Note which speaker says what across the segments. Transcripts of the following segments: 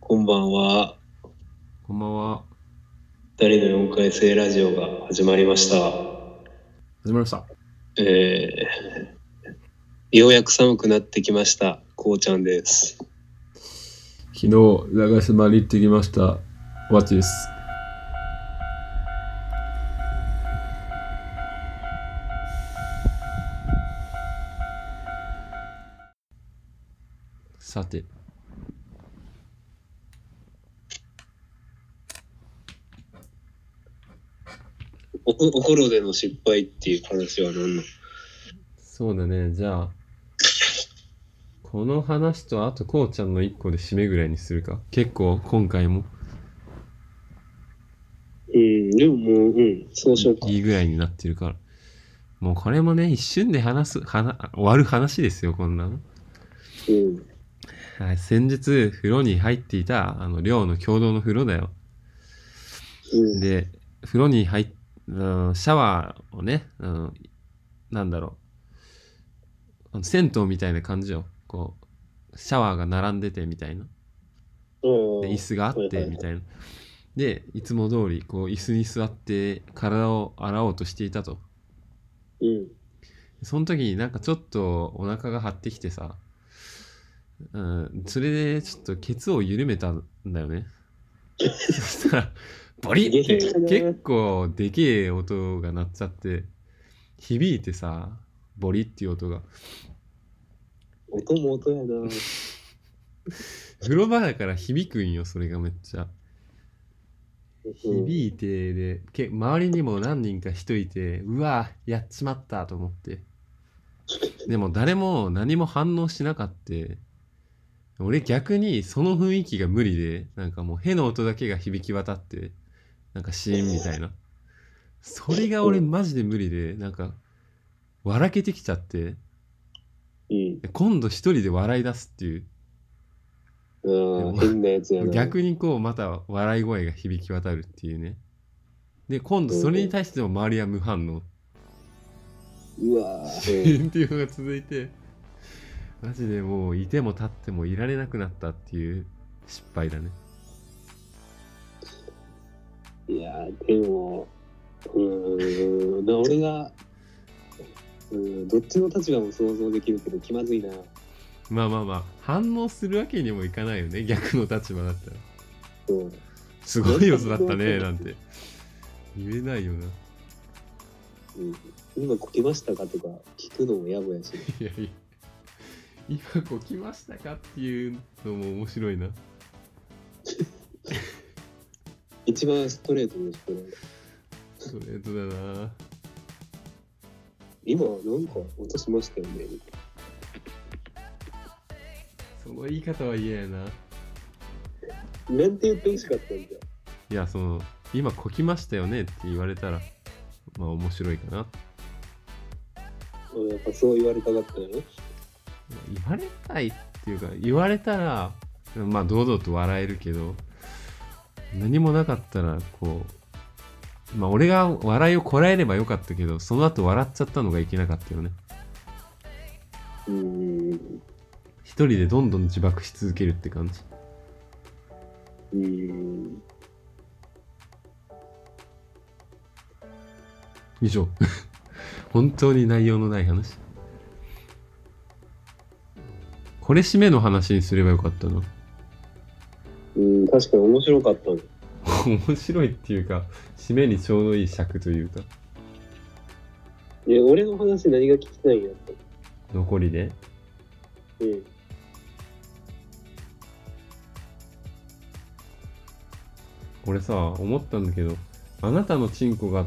Speaker 1: こんばんは。
Speaker 2: こんばんは。
Speaker 1: 誰の4回生ラジオが始まりました。
Speaker 2: 始まりました。
Speaker 1: えー、ようやく寒くなってきました。こうちゃんです。
Speaker 2: 昨日、長島に行ってきました。わっちです。さて。
Speaker 1: おお風呂での失敗っていう話は何なの
Speaker 2: そうだね、じゃあ、この話とあとこうちゃんの1個で締めぐらいにするか。結構今回も
Speaker 1: うん、でももう、うん、そうしようか。
Speaker 2: いいぐらいになってるから。もうこれもね、一瞬で話す、はな終わる話ですよ、こんなの。
Speaker 1: うん。
Speaker 2: はい、先日、風呂に入っていた、あの、寮の共同の風呂だよ。
Speaker 1: うん、
Speaker 2: で、風呂に入っ、うん、シャワーをね、うん、なんだろうあの、銭湯みたいな感じよ。こう、シャワーが並んでてみたいな。で椅子があっ
Speaker 1: はいはい
Speaker 2: て
Speaker 1: はい
Speaker 2: みたいな。で、いつも通り、こう、椅子に座って体を洗おうとしていたと。
Speaker 1: うん。
Speaker 2: その時になんかちょっとお腹が張ってきてさ、うん、それでちょっとケツを緩めたんだよね。そしたら、ボリッって結構でけえ音が鳴っちゃって、響いてさ、ボリッっていう音が。
Speaker 1: 音も音や な。
Speaker 2: 風呂場だから響くんよ、それがめっちゃ。響いてで、け周りにも何人か人いて、うわ、やっちまったと思って。でも誰も何も反応しなかって、俺逆にその雰囲気が無理で、なんかもうへの音だけが響き渡って、なんかシーンみたいな。それが俺マジで無理で、なんか、笑けてきちゃって、
Speaker 1: うん。
Speaker 2: 今度一人で笑い出すっていう、
Speaker 1: うん、あー変なやつやな。
Speaker 2: 逆にこうまた笑い声が響き渡るっていうね。で、今度それに対しても周りは無反応
Speaker 1: うわ ー、
Speaker 2: っていうのが続いてマジでもういても立ってもいられなくなったっていう失敗だね
Speaker 1: うんいやー、でも、うん、な俺が、うん、どっちの立場も想像できるけど気まずいな。
Speaker 2: まあまあまあ反応するわけにもいかないよね逆の立場だったら
Speaker 1: うん
Speaker 2: すごい音だったねなんて言えないよな
Speaker 1: うん今こきましたかとか聞くのもやぼやし。
Speaker 2: いやいや今こきましたかっていうのも面白いな
Speaker 1: 一番ストレートですこれ。
Speaker 2: ストレートだな
Speaker 1: 今なんか音しましたよね。
Speaker 2: その言い方は嫌やな
Speaker 1: なんて言ってほしかったんだよ。
Speaker 2: いやその今こきましたよねって言われたらまあ面白いかな
Speaker 1: うんやっぱそう言われたかったよね。
Speaker 2: 言われたいっていうか言われたらまあ堂々と笑えるけど何もなかったらこうまあ俺が笑いをこらえればよかったけどその後笑っちゃったのがいけなかったよね
Speaker 1: うん。
Speaker 2: 一人でどんどん自爆し続けるって感じ
Speaker 1: うん。
Speaker 2: 以上 本当に内容のない話これ締めの話にすればよかったな
Speaker 1: うん、確かに面白かったの。
Speaker 2: 面白いっていうか締めにちょうどいい尺というか
Speaker 1: え、俺の話何が聞きたいんやった
Speaker 2: 残りで
Speaker 1: うん。
Speaker 2: 俺さ思ったんだけど「あなたのチンコが」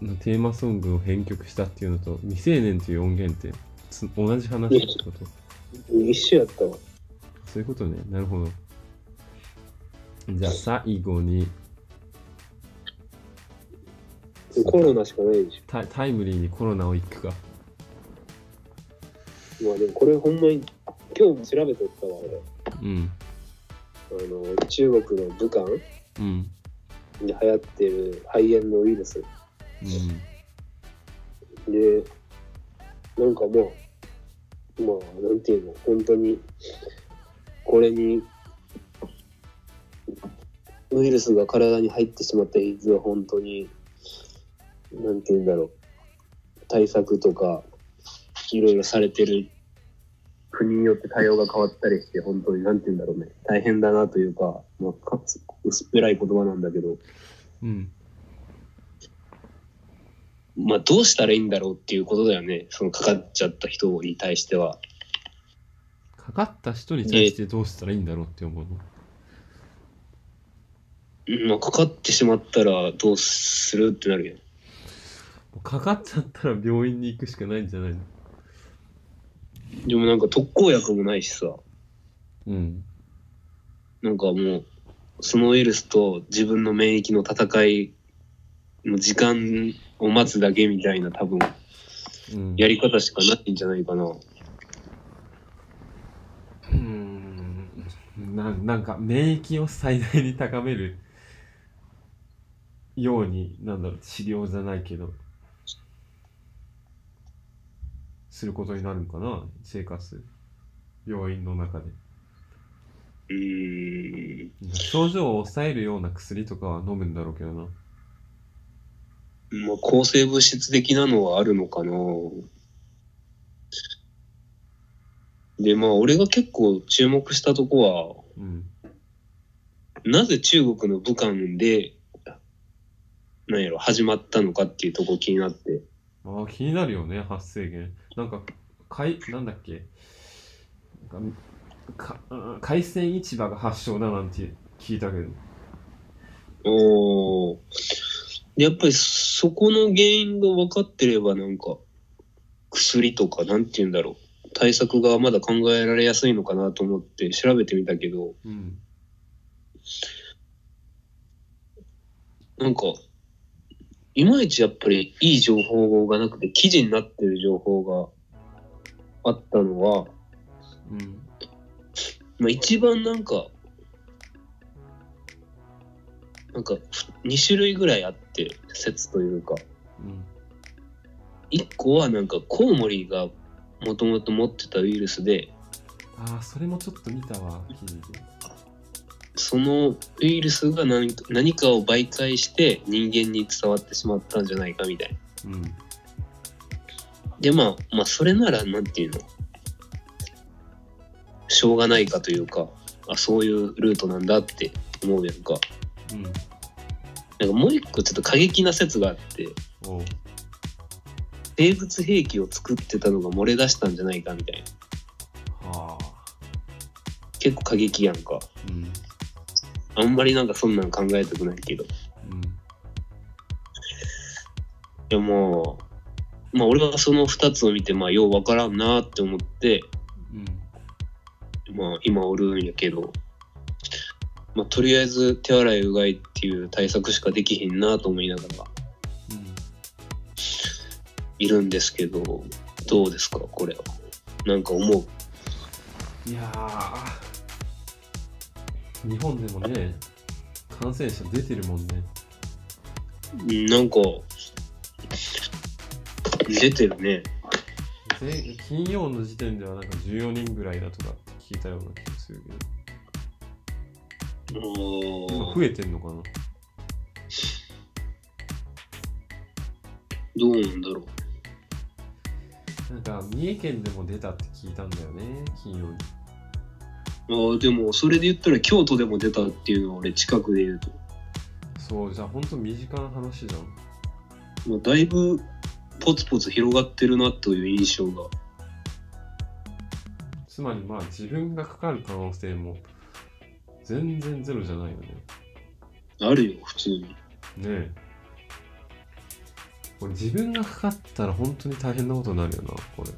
Speaker 2: のテーマソングを編曲したっていうのと「未成年」という音源ってつ同じ話ってこと
Speaker 1: 一緒やったわ。
Speaker 2: そういうことねなるほどじゃあ最後に
Speaker 1: コロナしかないでし
Speaker 2: タタイムリーにコロナをいくか
Speaker 1: ょ。まあでもこれほんまに、今日も調べとったわ、
Speaker 2: うん
Speaker 1: 俺。あの、中国の武漢
Speaker 2: うん
Speaker 1: に流行ってる肺炎のウイルス。
Speaker 2: うん
Speaker 1: で、なんかまあ、まあ、なんていうの、本当に、これに、ウイルスが体に入ってしまったエイズは本当に、なんて言うんだろう、対策とか、いろいろされてる国によって対応が変わったりして、本当になんて言うんだろうね、大変だなというか、まあ、かつ薄っぺらい言葉なんだけど、
Speaker 2: うん
Speaker 1: まあ、どうしたらいいんだろうっていうことだよね、そのかかっちゃった人に対しては。
Speaker 2: かかった人に対してどうしたらいいんだろうって思うの
Speaker 1: うんまあ、かかってしまったらどうするってなるよ。
Speaker 2: かかっちゃったら病院に行くしかないんじゃないの
Speaker 1: でもなんか特効薬もないしさ、
Speaker 2: うん
Speaker 1: なんかもう、そのウイルスと自分の免疫の戦いの時間を待つだけみたいな多分、
Speaker 2: うん
Speaker 1: やり方しかないんじゃないかな。
Speaker 2: うーんななんか免疫を最大に高めるようになんだろう治療じゃないけどすることになるのかな生活病院の中で
Speaker 1: うーん。
Speaker 2: 症状を抑えるような薬とかは飲むんだろうけどな
Speaker 1: まあ、抗生物質的なのはあるのかな。で、まあ、俺が結構注目したとこ
Speaker 2: うん
Speaker 1: は、なぜ中国の武漢で、なんやろ、始まったのかっていうとこ気になって。
Speaker 2: ああ気になるよね発生源なんかかいなんだっけなんかか海鮮市場が発祥だなんて聞いたけど
Speaker 1: おーでやっぱりそこの原因が分かってればなんか薬とかなんて言うんだろう対策がまだ考えられやすいのかなと思って調べてみたけど
Speaker 2: うん
Speaker 1: なんかいまいちやっぱりいい情報がなくて記事になってる情報があったのは、
Speaker 2: うん
Speaker 1: まあ、一番なんかなんか2種類ぐらいあって説というか
Speaker 2: うん
Speaker 1: 一個はなんかコウモリがもともと持ってたウイルスで
Speaker 2: ああそれもちょっと見たわ記事で
Speaker 1: そのウイルスが何か何かを媒介して人間に伝わってしまったんじゃないかみたいな。
Speaker 2: うん
Speaker 1: でまあまあそれならなんていうのしょうがないかというかあそういうルートなんだって思うやんか。
Speaker 2: うん
Speaker 1: なんかもう一個ちょっと過激な説があって
Speaker 2: おう
Speaker 1: 生物兵器を作ってたのが漏れ出したんじゃないかみたいな
Speaker 2: はあ
Speaker 1: 結構過激やんか。
Speaker 2: うん
Speaker 1: あんまりなんかそんなん考えたくないけど。
Speaker 2: うん
Speaker 1: いやもう、まあ俺はその2つを見て、まあようわからんなって思って、
Speaker 2: うん
Speaker 1: まあ今おるんやけど、まあとりあえず手洗いうがいっていう対策しかできひんなと思いながら
Speaker 2: うん
Speaker 1: いるんですけど、どうですかこれは。なんか思う。
Speaker 2: いやー日本でもね感染者出てるもんね
Speaker 1: うんなんか、出てるね。
Speaker 2: 前金曜の時点ではなんか14人ぐらいだとかって聞いたような気がするけど
Speaker 1: あ
Speaker 2: 今
Speaker 1: ー
Speaker 2: 増えてんのかな
Speaker 1: どうなんだろう。
Speaker 2: なんか三重県でも出たって聞いたんだよね金曜に
Speaker 1: あーでもそれで言ったら京都でも出たっていうのは俺近くで言うと、
Speaker 2: そうじゃあほんと身近な話じゃん
Speaker 1: まあ、だいぶポツポツ広がってるなという印象が
Speaker 2: つまりまあ自分がかかる可能性も全然ゼロじゃないよね。
Speaker 1: あるよ、普通に。
Speaker 2: ねえ。これ自分がかかったら本当に大変なことになるよな、これ。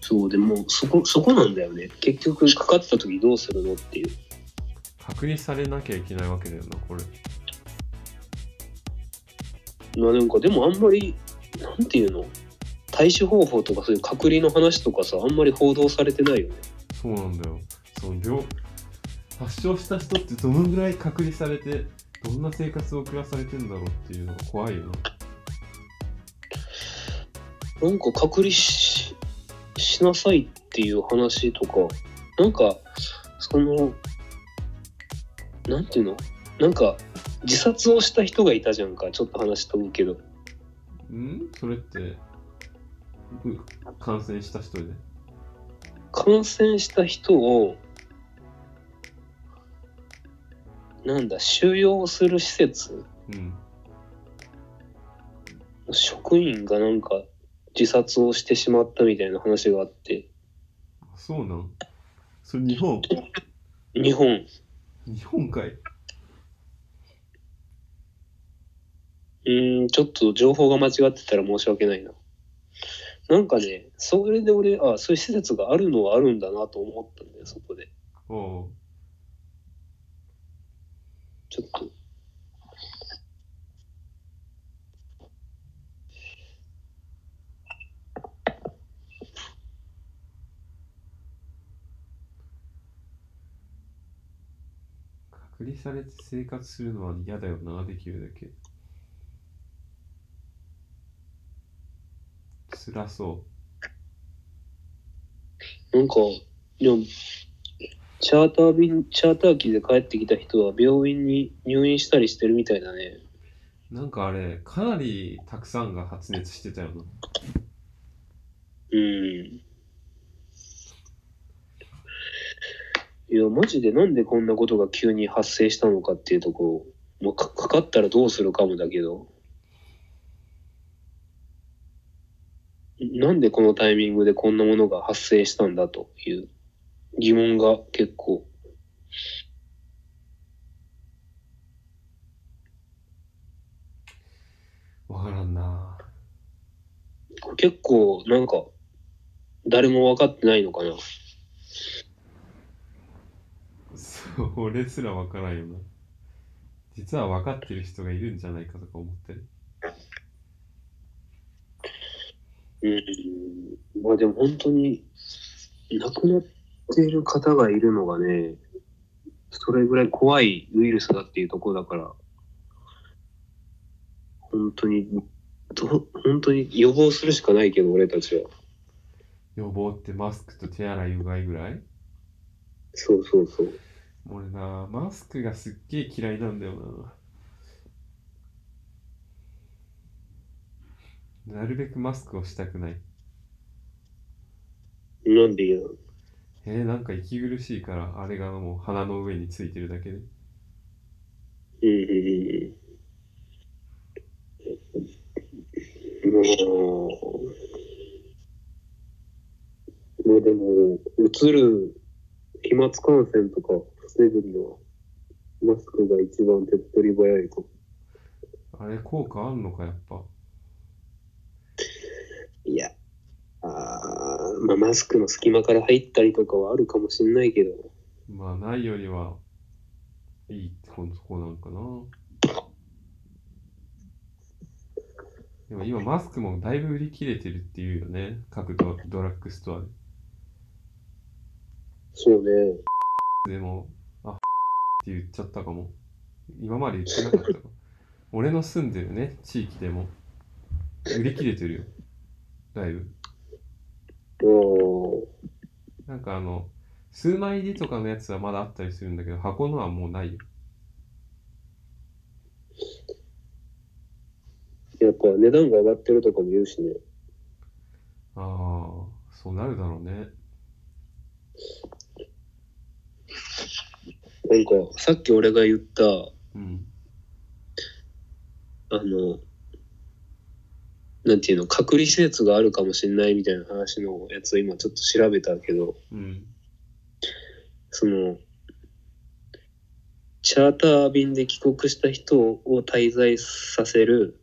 Speaker 1: そう、でも、そこ、そこなんだよね。結局、かかった時どうするのっていう。
Speaker 2: 隔離されなきゃいけないわけだよな、これ。
Speaker 1: まあ、なんか、でもあんまり、なんていうの対処方法とか、そういう隔離の話とかさ、あんまり報道されてないよね。
Speaker 2: そうなんだよ。その病発症した人ってどのぐらい隔離されて、どんな生活を暮らされてんだろうっていうのが怖いよな。
Speaker 1: なんか、隔離し、しなさいっていう話とか、なんか、その、なんていうのなんか自殺をした人がいたじゃんかちょっと話飛ぶけど
Speaker 2: んそれってう感染した人で
Speaker 1: 感染した人をなんだ収容する施設
Speaker 2: うん
Speaker 1: の職員がなんか自殺をしてしまったみたいな話があって
Speaker 2: そうなんそれ日本
Speaker 1: 日本
Speaker 2: 日本かいう
Speaker 1: ーんちょっと情報が間違ってたら申し訳ないななんかねそれで俺あそういう施設があるのはあるんだなと思ったんだよそこで
Speaker 2: おう
Speaker 1: ちょっと。
Speaker 2: 隔離されて生活するのは嫌だよなできるだけ辛そ
Speaker 1: なんか、でも、チャーター便、チャーター機で帰ってきた人は病院に入院したりしてるみたいだね。
Speaker 2: うなんかあれかなりたくさんが発熱してたよな
Speaker 1: うん。いや、マジでなんでこんなことが急に発生したのかっていうところ、もうかかかったらどうするかもだけど、なんでこのタイミングでこんなものが発生したんだという疑問が結構。
Speaker 2: わからんな
Speaker 1: 結構なんか誰も分かってないのかな
Speaker 2: そう俺すらわからんよな実は分かってる人がいるんじゃないかとか思ってる
Speaker 1: うんまあでも本当に亡くなっている方がいるのがねそれぐらい怖いウイルスだっていうところだから本当にど本当に予防するしかないけど俺たちは
Speaker 2: 予防ってマスクと手洗いうがいぐらい
Speaker 1: そうそうそう
Speaker 2: 俺なマスクがすっげえ嫌いなんだよななるべくマスクをしたくない
Speaker 1: なんで言うの
Speaker 2: えー、なんか息苦しいからあれがもう鼻の上についてるだけで
Speaker 1: うんうんうん。もう、もうでも、うつる飛沫感染とか防ぐには、マスクが一番手っ取り早いと。
Speaker 2: あれ効果あんのかやっぱ
Speaker 1: いや、あーまあ、マスクの隙間から入ったりとかはあるかもしれないけど、
Speaker 2: まあないよりはいいってこのとこなんかなでも今マスクもだいぶ売り切れてるっていうよね各ドドラッグストアで
Speaker 1: そうね。
Speaker 2: でも、あ、って言っちゃったかも。今まで言ってなかったか。 俺の住んでるね、地域でも。売り切れてるよ。だいぶ。
Speaker 1: うん
Speaker 2: なんかあの、数枚入りとかのやつはまだあったりするんだけど、箱のはもうないよ。
Speaker 1: やっぱ値段が上がってるとかも言うしね。
Speaker 2: ああ、そうなるだろうね。
Speaker 1: なんか、さっき俺が言った、
Speaker 2: うん。
Speaker 1: あの、なんていうの、隔離施設があるかもしれないみたいな話のやつを今ちょっと調べたけど、
Speaker 2: うん。
Speaker 1: その、チャーター便で帰国した人を滞在させる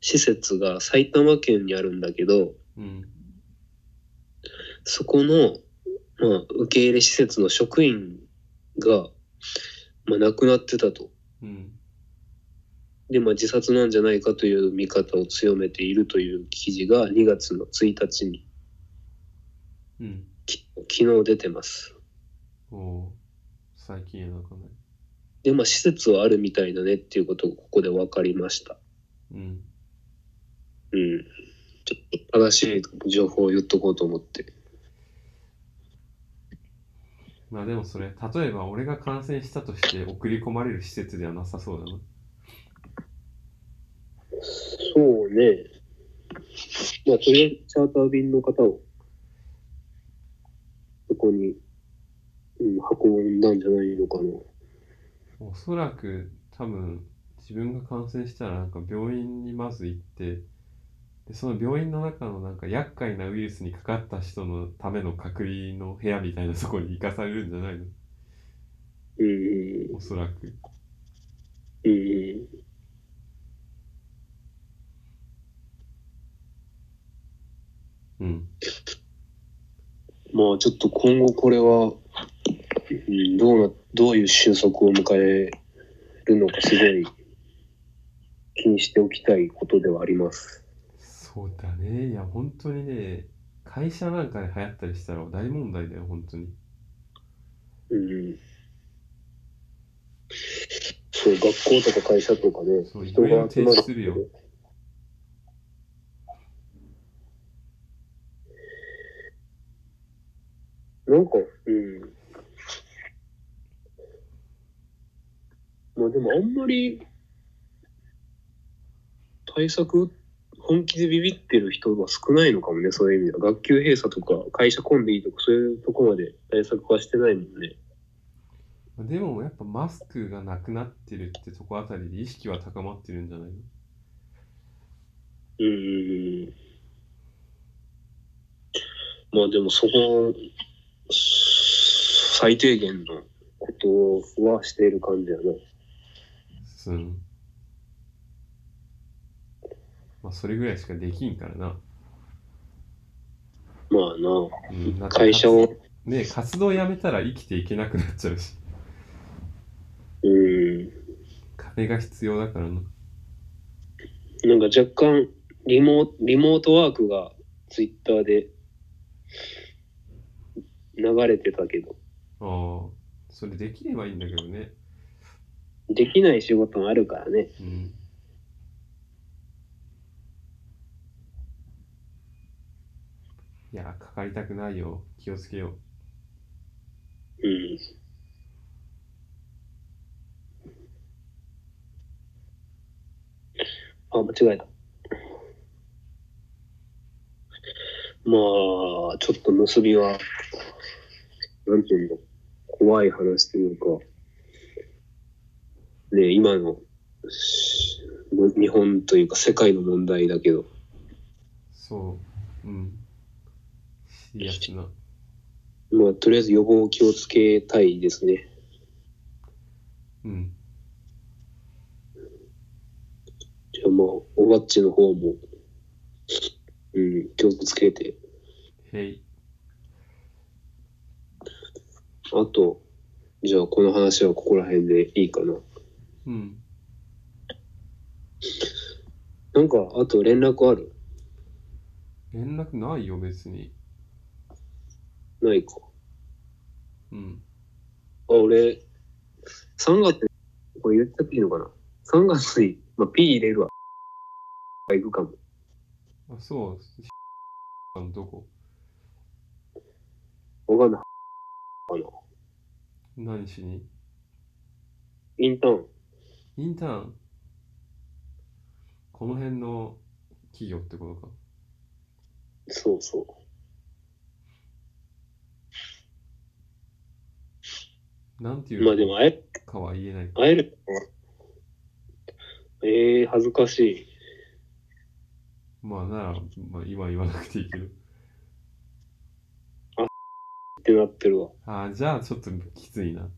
Speaker 1: 施設が埼玉県にあるんだけど、
Speaker 2: うん。
Speaker 1: そこの、まあ、受け入れ施設の職員が、まあ、亡くなってたと。
Speaker 2: うん。
Speaker 1: で、まあ、自殺なんじゃないかという見方を強めているという記事が2月の1日に
Speaker 2: うん。
Speaker 1: き昨日出てます。
Speaker 2: おお最近やなかない。
Speaker 1: で、まあ、施設はあるみたいだねっていうことがここで分かりました。
Speaker 2: うん。
Speaker 1: うん。ちょっと正しい情報を言っとこうと思って。
Speaker 2: まあでもそれ、例えば俺が感染したとして送り込まれる施設ではなさそうだな。
Speaker 1: そうね。まあ、とりあえずチャーター便の方を、そこに、うん、運んだんじゃないのかな。
Speaker 2: おそらく多分自分が感染したらなんか病院にまず行ってでその病院の中のなんか厄介なウイルスにかかった人のための隔離の部屋みたいなそこに行かされるんじゃないの
Speaker 1: うんうん
Speaker 2: おそらく
Speaker 1: うんうん。
Speaker 2: うん
Speaker 1: まあちょっと今後これは、うん、どうな、どういう収束を迎えるのかすごい気にしておきたいことではあります。
Speaker 2: そうだねいや本当にね会社なんかで流行ったりしたら大問題だよ本当に
Speaker 1: うん。そう、学校とか会社とかね、
Speaker 2: そうい
Speaker 1: 人
Speaker 2: ろいろ
Speaker 1: が集
Speaker 2: 停
Speaker 1: ま
Speaker 2: 止
Speaker 1: る。
Speaker 2: するよ
Speaker 1: なんか、うん。まあでもあんまり、対策、本気でビビってる人は少ないのかもね、そういう意味では。学級閉鎖とか、会社混んでいいとか、そういうとこまで対策はしてないもんね。
Speaker 2: でもやっぱマスクがなくなってるってとこあたりで意識は高まってるんじゃないの
Speaker 1: うんうんうん。まあでもそこ、最低限のことはしている感じやな。
Speaker 2: うん。まあ、それぐらいしかできんからな。
Speaker 1: まあ
Speaker 2: うん、だ
Speaker 1: な、
Speaker 2: って
Speaker 1: 会社を、
Speaker 2: ね活動やめたら生きていけなくなっちゃうし、
Speaker 1: うん。
Speaker 2: 金が必要だからな。
Speaker 1: なんか若干リモ、リモートワークがツイッターで流れてたけど、
Speaker 2: ああ、それできればいいんだけどね。
Speaker 1: できない仕事もあるからね。
Speaker 2: うん。いや、かかりたくないよ。気をつけよ
Speaker 1: うん。あ、間違えた。まあ、ちょっと結びは、なんていうの、怖い話というか、ねえ今の、し日本というか世界の問題だけど、
Speaker 2: う。そう。うん。シリアスな。
Speaker 1: まあ、とりあえず予防を気をつけたいですね。
Speaker 2: うん。
Speaker 1: じゃあまあ、おばっちの方も、うん、気をつけて。
Speaker 2: へい。
Speaker 1: あと、じゃあこの話はここら辺でいいかな。
Speaker 2: うん。
Speaker 1: なんか、あと連絡ある
Speaker 2: 連絡ないよ、別に。
Speaker 1: ないか。
Speaker 2: うん。
Speaker 1: あ、俺、3月に、これ言っちゃっていいのかな ?3 月に、まあ、P 入れるわ。行くかも。
Speaker 2: あ、そう。しあのどこ
Speaker 1: わかんない。
Speaker 2: 何しに
Speaker 1: インターン。
Speaker 2: インターンこの辺の企業ってことか。
Speaker 1: そうそう。
Speaker 2: なんて
Speaker 1: まあで
Speaker 2: いう
Speaker 1: も会え、
Speaker 2: かは言えない。
Speaker 1: 会えるかなええー、恥ずかしい。
Speaker 2: まあなら、まあ、今は言わなくていいけど。
Speaker 1: ってなってるわ。
Speaker 2: ああ、じゃあちょっときついな。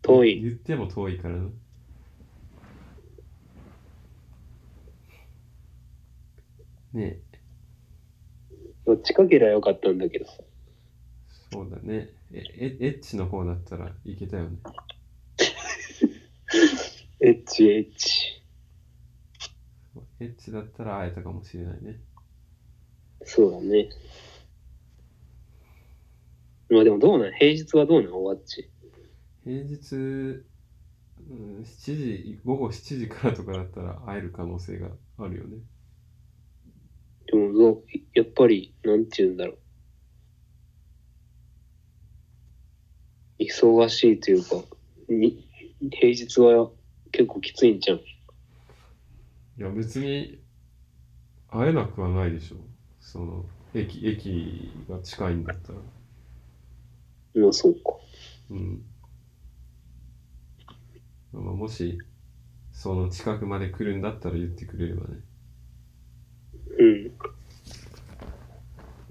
Speaker 1: 遠い。
Speaker 2: 言っても遠いからな。ねえ、
Speaker 1: まあ近けりゃよかったんだけど。
Speaker 2: そうだね。え、えエッチの方だったらいけたよね。
Speaker 1: エッチエッチ。
Speaker 2: エッチだったら会えたかもしれないね。
Speaker 1: そうだね。まあでもどうなん平日はどうなんおわっち。
Speaker 2: 平日、うん、7時、午後7時からとかだったら会える可能性があるよね。
Speaker 1: でもどう、やっぱり、なんて言うんだろう。忙しいというか、に平日は結構きついんじゃん。
Speaker 2: いや別に会えなくはないでしょその駅駅が近いんだったら
Speaker 1: まあそうか。
Speaker 2: うんまあもしその近くまで来るんだったら言ってくれればね
Speaker 1: うん。
Speaker 2: っ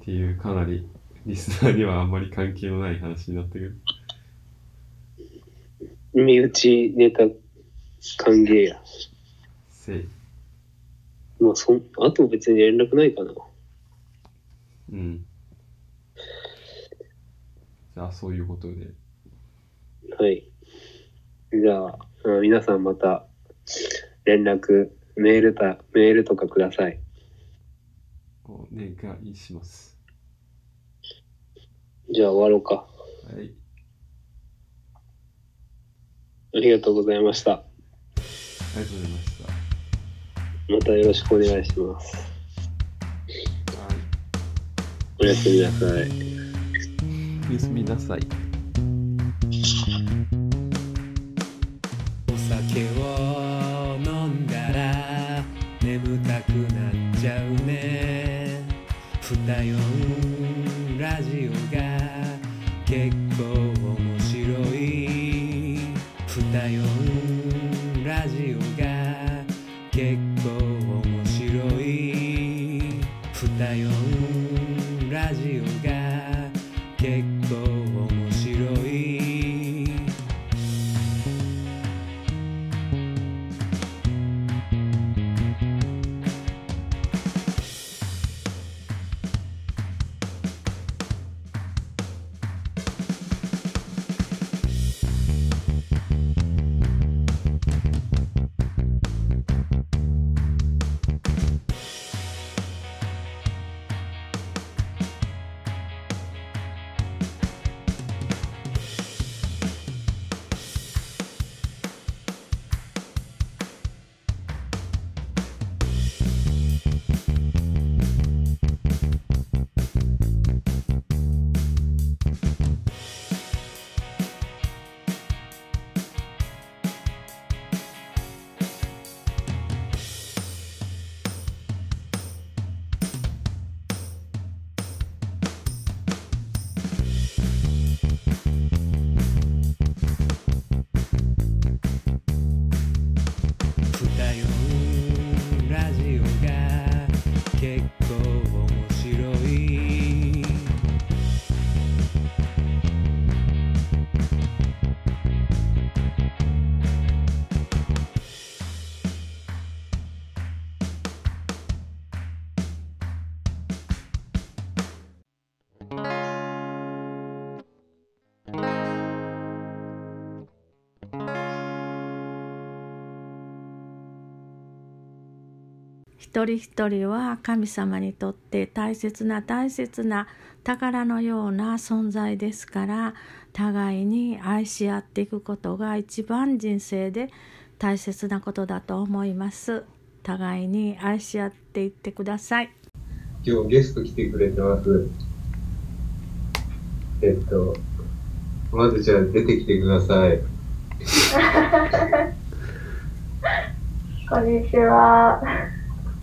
Speaker 2: ていうかなりリスナーにはあんまり関係のない話になったけど
Speaker 1: 身内ネタ歓迎や。
Speaker 2: せい
Speaker 1: まあそん、あと別に連絡ないかな。
Speaker 2: うんじゃあそういうことで
Speaker 1: はい。じゃあ、うん皆さんまた連絡、メールた、メールとかください。
Speaker 2: お願いします
Speaker 1: じゃあ終わろうか。
Speaker 2: はい
Speaker 1: ありがとうございました。
Speaker 2: ありがとうございまし
Speaker 1: またよろしくお願いします。
Speaker 2: たはい
Speaker 1: おやすみなさい。
Speaker 2: おやすみなさい
Speaker 3: お酒を飲んだら眠たくなっちゃうねふたよんラジオが結構面白いふたよんラジオが結構面白いふたよんラジオが結構面白いふたよんラジオが結構面白い
Speaker 4: 一人一人は神様にとって大切な大切な宝のような存在ですから互いに愛し合っていくことが一番人生で大切なことだと思います互いに愛し合っていってください
Speaker 5: 今日ゲスト来てくれてます。えっと、まずじゃあ出てきてください。
Speaker 6: こんにちは。